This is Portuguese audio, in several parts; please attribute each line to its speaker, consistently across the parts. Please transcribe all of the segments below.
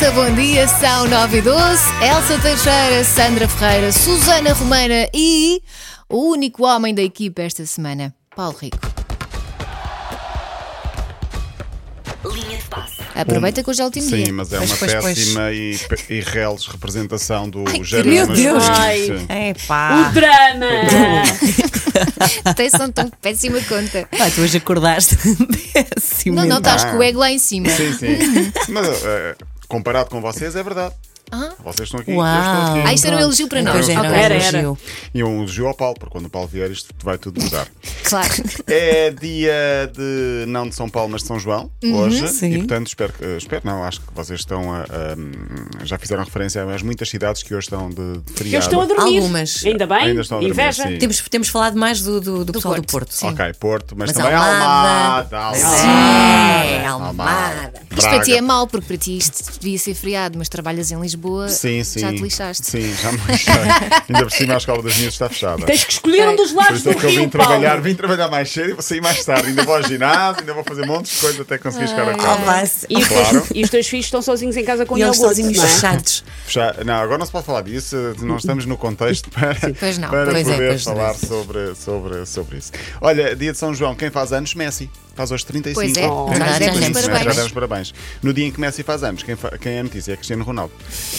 Speaker 1: malta, bom dia, são 9 e 12. Elsa Teixeira, Sandra Ferreira, Susana Romana e o único homem da equipa esta semana, Paulo Rico.
Speaker 2: Linha de passe.
Speaker 1: Aproveita que hoje é o último dia.
Speaker 3: Sim, mas é uma
Speaker 4: pois, pois.
Speaker 3: péssima e e irreles representação do
Speaker 1: Ai,
Speaker 3: género
Speaker 1: meu
Speaker 3: masculino,
Speaker 1: Deus.
Speaker 3: sim.
Speaker 4: É
Speaker 2: O
Speaker 4: pá.
Speaker 2: drama!
Speaker 1: Tem são tão péssima conta.
Speaker 4: Pá, tu hoje acordaste péssimo.
Speaker 1: Não, não,
Speaker 4: então.
Speaker 1: estás com o ego lá em cima.
Speaker 3: tá. Sim, sim. Mas eh, comparado com vocês, é verdade.
Speaker 1: Ah.
Speaker 3: Vocês estão aqui. eu estou
Speaker 4: Uau.
Speaker 3: aqui.
Speaker 1: Ah, isto era um elogio para nós.
Speaker 4: Pois
Speaker 3: é,
Speaker 4: era,
Speaker 1: Ok.
Speaker 4: um
Speaker 2: Era, era.
Speaker 4: elogio.
Speaker 3: E um elogio ao Paulo, porque quando o Paulo vier, isto vai tudo mudar.
Speaker 1: Claro.
Speaker 3: É dia de, não de São Paulo, mas de São João,
Speaker 1: Uhum.
Speaker 3: hoje.
Speaker 4: sim.
Speaker 3: E portanto, espero, que- eh, espero, não, acho que vocês estão a, a- Já fizeram referência às muitas cidades que hoje estão de, de
Speaker 2: Que eles
Speaker 3: feriado.
Speaker 2: estão a dormir.
Speaker 4: Algumas.
Speaker 2: Ainda bem?
Speaker 3: Ainda estão a dormir,
Speaker 2: Inveja?
Speaker 3: sim.
Speaker 4: Temos, temos falado mais do, do, do pessoal
Speaker 1: Porto.
Speaker 4: do Porto. Sim.
Speaker 3: Ok, Porto, mas,
Speaker 4: Mas
Speaker 3: também
Speaker 4: Almada.
Speaker 3: Almada.
Speaker 1: Ah,
Speaker 4: É,
Speaker 1: tá
Speaker 3: Almada.
Speaker 4: Almada.
Speaker 1: Isto para ti
Speaker 3: Braga.
Speaker 1: é mau, porque para ti isto devia ser feriado, mas trabalhas em Lisboa,
Speaker 3: Sim, sim.
Speaker 1: já te lixaste.
Speaker 3: Sim, já me lixei. Ainda por cima a escola das minhas está fechada.
Speaker 2: Tens que escolher um dos
Speaker 3: Por
Speaker 2: lados
Speaker 3: isso
Speaker 2: do
Speaker 3: é que eu
Speaker 2: rio,
Speaker 3: vim
Speaker 2: Paulo.
Speaker 3: trabalhar, vim trabalhar mais cedo e vou sair mais tarde. Ainda vou ao ginásio, ainda vou fazer montes de coisas até conseguir chegar a
Speaker 4: Ah,
Speaker 3: casa.
Speaker 4: vai-se.
Speaker 2: E os,
Speaker 3: Claro.
Speaker 2: teus, e os teus filhos estão sozinhos em casa com
Speaker 4: E eles
Speaker 2: iogurte,
Speaker 4: sozinhos
Speaker 2: não é?
Speaker 4: fechados.
Speaker 3: Já- não, agora não se pode falar disso, não estamos no contexto para,
Speaker 1: pois não,
Speaker 3: para
Speaker 4: pois é,
Speaker 3: poder
Speaker 4: pois não.
Speaker 3: falar sobre, sobre, sobre isso. Olha, dia de São João, quem faz anos, Messi. Faz hoje 35.
Speaker 1: Pois é,
Speaker 2: Oh,
Speaker 1: já,
Speaker 4: já
Speaker 1: já,
Speaker 4: demos
Speaker 3: Sim,
Speaker 1: parabéns.
Speaker 3: Já damos parabéns. No dia em que Messi faz anos, quem, fa- quem é notícia é Cristiano Ronaldo.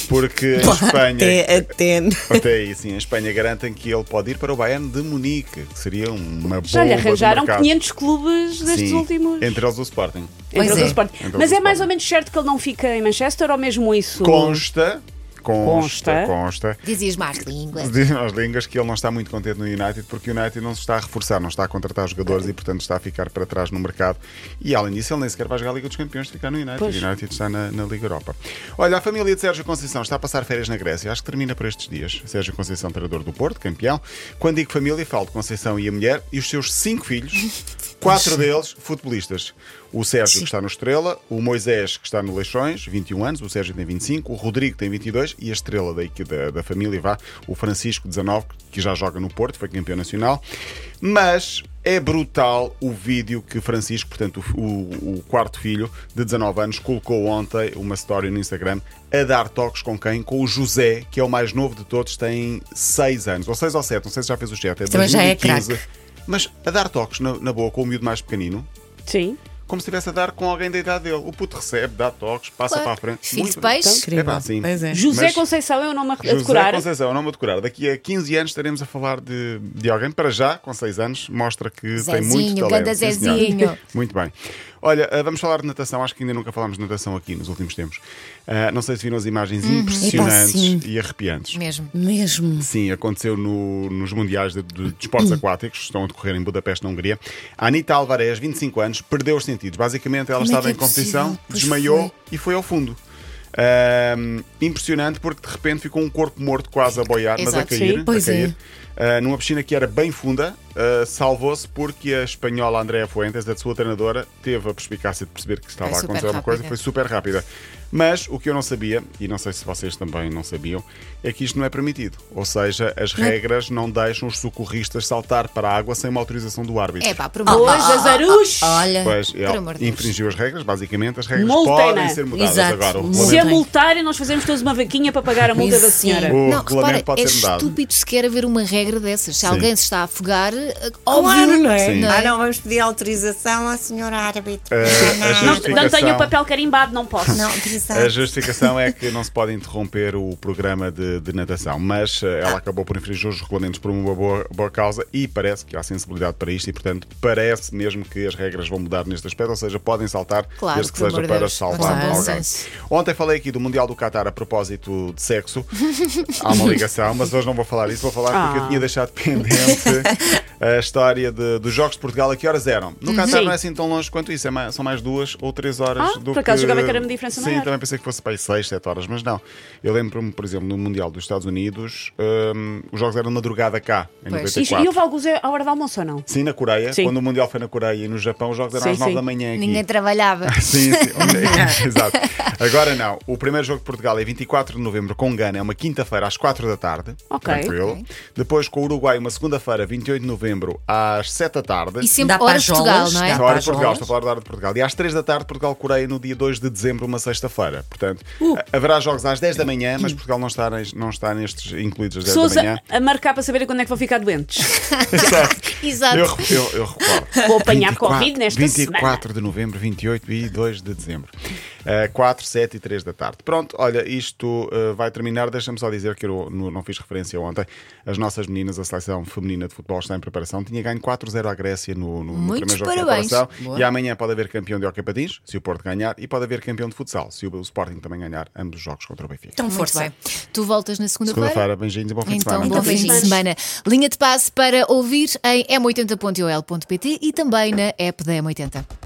Speaker 3: Porque em Espanha.
Speaker 4: Até, até.
Speaker 3: Até aí, sim, em Espanha garantem que ele pode ir para o Bayern de Munique, que seria uma boa.
Speaker 2: Já lhe arranjaram 500 clubes destes últimos.
Speaker 3: Entre eles o Sporting.
Speaker 2: Entre
Speaker 4: Pois
Speaker 2: os
Speaker 4: é.
Speaker 2: Sporting.
Speaker 3: Entre
Speaker 2: Mas
Speaker 3: os
Speaker 2: é mais
Speaker 3: Sporting.
Speaker 2: ou menos certo que ele não fica em Manchester ou mesmo isso?
Speaker 3: Consta. Consta.
Speaker 2: Consta.
Speaker 3: Consta.
Speaker 1: Dizias más línguas.
Speaker 3: Dizem as línguas que ele não está muito contente no United porque o United não se está a reforçar, não está a contratar jogadores e, portanto, está a ficar para trás no mercado. E, além disso, ele nem sequer vai jogar a Liga dos Campeões de ficar no United.
Speaker 2: Pois.
Speaker 3: O United está na, na Liga Europa. Olha, a família de Sérgio Conceição está a passar férias na Grécia. Acho que termina por estes dias. Sérgio Conceição, treinador do Porto, campeão. Quando digo família, falo de Conceição e a mulher e os seus cinco filhos, quatro deles futebolistas. O Sérgio, que está no Estrela, o Moisés, que está no Leixões, 21 anos, o Sérgio tem 25, o Rodrigo tem 22 e a estrela da, equi- da, da família vá, o Francisco, 19, que já joga no Porto, foi campeão nacional. Mas é brutal o vídeo que Francisco, portanto, o, o- o quarto filho, de 19 anos, colocou ontem uma story no Instagram a dar toques com quem? Com o José, que é o mais novo de todos, tem 6 anos, ou 6 ou 7, não sei se já fez o chat, é
Speaker 4: Também já é
Speaker 3: 2015. Mas a dar toques na, na boa com o miúdo mais pequenino,
Speaker 2: Sim.
Speaker 3: como se estivesse a dar com alguém da idade dele. O puto recebe, dá toques, passa
Speaker 1: Claro.
Speaker 3: para a frente.
Speaker 1: Filho de peixe.
Speaker 3: É pá, sim.
Speaker 4: Pois é.
Speaker 2: José
Speaker 3: Mas-
Speaker 2: Conceição é o nome a, a
Speaker 3: José
Speaker 2: decorar.
Speaker 3: Conceição, não me decorar. Daqui a 15 anos estaremos a falar de, de alguém. Para já, com 6 anos, mostra que tem muito
Speaker 1: Zezinho,
Speaker 3: talento.
Speaker 1: ganda
Speaker 3: Sim, senhora.
Speaker 1: Zezinho.
Speaker 3: Muito bem. Olha, ah, vamos falar de natação. Acho que ainda nunca falámos de natação aqui nos últimos tempos. Ah, não sei se viram as imagens
Speaker 1: Uhum.
Speaker 3: impressionantes
Speaker 4: Epá, sim.
Speaker 3: e arrepiantes.
Speaker 1: Mesmo.
Speaker 4: Mesmo.
Speaker 3: Sim, aconteceu no- nos Mundiais de, de- de Esportes
Speaker 4: Hum.
Speaker 3: Aquáticos, que estão a decorrer em Budapeste, na Hungria. A Anitta Alvarez, 25 anos, perdeu os sentidos. Basicamente, ela
Speaker 4: Como é
Speaker 3: estava
Speaker 4: que é
Speaker 3: em competição,
Speaker 4: possível? Pois
Speaker 3: desmaiou e foi ao fundo. Ahm, impressionante porque de repente ficou um corpo morto quase a boiar, mas a
Speaker 1: Exato,
Speaker 3: cair,
Speaker 2: sim.
Speaker 4: Pois
Speaker 3: a
Speaker 4: é.
Speaker 3: cair. Ah, numa piscina que era bem funda, ah, salvou-se porque a espanhola Andrea Fuentes, a sua treinadora, teve a perspicácia de perceber que
Speaker 4: É
Speaker 3: estava
Speaker 1: Foi
Speaker 3: a
Speaker 1: super
Speaker 3: acontecer alguma coisa e
Speaker 1: rápida.
Speaker 3: foi super rápida. Mas o que eu não sabia, e não sei se vocês também não sabiam, é que isto não é permitido. Ou seja, as
Speaker 1: é?
Speaker 3: regras não deixam os socorristas saltar para a água sem uma autorização do árbitro.
Speaker 1: É pá, por
Speaker 4: Ah,
Speaker 1: amor.
Speaker 3: ah,
Speaker 2: Pois, Azarus!
Speaker 4: Olha.
Speaker 3: Pois,
Speaker 1: Por
Speaker 3: ele
Speaker 1: amor de Deus.
Speaker 3: infringiu as regras, basicamente, as regras
Speaker 2: Multem,
Speaker 3: podem
Speaker 2: né?
Speaker 3: ser mudadas
Speaker 4: Exato,
Speaker 3: agora. O
Speaker 4: multem.
Speaker 3: regulamento-
Speaker 2: Se a multarem, nós fazemos todos uma vaquinha para pagar a multa da
Speaker 4: Sim.
Speaker 2: senhora.
Speaker 3: ah, O
Speaker 1: não,
Speaker 3: regulamento
Speaker 1: repara,
Speaker 3: pode
Speaker 1: é
Speaker 3: ser mudado.
Speaker 1: estúpido sequer haver uma regra dessas. Se alguém se está a afogar, eh,
Speaker 4: Claro,
Speaker 1: óbvio,
Speaker 4: não é?
Speaker 3: Sim.
Speaker 1: Não é?
Speaker 5: Ah, não, vamos pedir autorização ao senhor árbitro.
Speaker 1: é
Speaker 3: Eh, a
Speaker 2: Não,
Speaker 3: justificação-
Speaker 2: não tenho o papel carimbado, não posso.
Speaker 5: Não, autorização.
Speaker 3: A justificação é que não se pode interromper o programa de, de natação, mas eh, ela acabou por infringir os regulamentos por uma boa, boa causa e parece que há sensibilidade para isto e, portanto, parece mesmo que as regras vão mudar neste aspecto, ou seja, podem saltar
Speaker 1: Claro,
Speaker 3: desde que
Speaker 1: por
Speaker 3: seja
Speaker 1: amor de
Speaker 3: para
Speaker 1: Deus.
Speaker 3: salvar
Speaker 1: Claro.
Speaker 3: alguém.
Speaker 1: Sim.
Speaker 3: Ontem falei aqui do Mundial do Qatar a propósito de sexo, há uma ligação, mas hoje não vou falar isso, vou falar porque eu
Speaker 2: Ah.
Speaker 3: tinha deixado pendente a história de- dos Jogos de Portugal, a que horas eram? No Qatar
Speaker 2: Sim.
Speaker 3: não é assim tão longe quanto isso, é mais- são mais duas ou três horas
Speaker 2: Ah,
Speaker 3: do
Speaker 2: por acaso
Speaker 3: que...
Speaker 2: jogava que era uma diferença
Speaker 3: Sim,
Speaker 2: maior.
Speaker 3: também pensei que fosse para aí 6, 7 horas, mas não. Eu lembro-me, por exemplo, no Mundial dos Estados Unidos, hum, os jogos eram de madrugada cá, em
Speaker 1: Pois.
Speaker 2: E,
Speaker 3: 94.
Speaker 2: e houve alguns à hora do almoço ou não?
Speaker 3: Sim, na Coreia,
Speaker 2: Sim.
Speaker 3: quando o Mundial foi na Coreia e no Japão, os jogos eram
Speaker 2: Sim,
Speaker 3: às 9
Speaker 2: sim.
Speaker 3: da manhã aqui.
Speaker 1: ninguém trabalhava.
Speaker 3: Sim, sim. Onde- Exato. Agora não. O primeiro jogo de Portugal é 24 de novembro com Gana, é uma quinta-feira às 4 da tarde.
Speaker 2: Ok.
Speaker 3: Tranquilo. Depois com o Uruguai, uma segunda-feira, 28 de novembro, novembro, às 7 da tarde.
Speaker 1: E sempre
Speaker 4: Dá para
Speaker 1: horas
Speaker 4: as
Speaker 1: de Portugal,
Speaker 4: jolas,
Speaker 1: não
Speaker 4: dá
Speaker 1: é?
Speaker 3: Na hora
Speaker 4: para
Speaker 3: de Portugal,
Speaker 4: as
Speaker 3: estou a falar da hora de Portugal. E às 3 da tarde, Portugal-Coreia, no dia 2 de dezembro, uma sexta-feira. Portanto,
Speaker 1: Uh!
Speaker 3: ha- haverá jogos às 10 da manhã, mas Portugal não está, nes- não está nestes incluídos às 10
Speaker 2: Pessoas
Speaker 3: da manhã.
Speaker 2: a, a marcar para saberem quando é que vão ficar doentes.
Speaker 1: Exato.
Speaker 3: Eu, eu, eu recordo.
Speaker 2: Vou apanhar Covid nesta
Speaker 3: 24 de novembro, 28 e 2 de dezembro. Uh, 4, 7 e 3 da tarde. Pronto, olha, isto uh, vai terminar. Deixa-me só dizer que eu não, não fiz referência ontem. As nossas meninas, a seleção feminina de futebol está em preparação. Tinha ganho 4-0 à Grécia no, no, no
Speaker 1: Muitos
Speaker 3: primeiro jogo
Speaker 1: parabéns.
Speaker 3: de preparação.
Speaker 1: Boa.
Speaker 3: E amanhã pode haver campeão de hockey patins, se o Porto ganhar, e pode haver campeão de futsal, se o Sporting também ganhar ambos os jogos contra o Benfica.
Speaker 4: Então,
Speaker 1: Muito
Speaker 4: força.
Speaker 1: bem. Tu voltas na segunda-feira?
Speaker 3: Segunda-feira, beijinhos e bom fim de
Speaker 1: Então,
Speaker 3: semana.
Speaker 1: bom
Speaker 2: Também
Speaker 1: fim de
Speaker 2: faz.
Speaker 1: semana. Linha de passe para ouvir em m80.ol.pt e também na app da M80.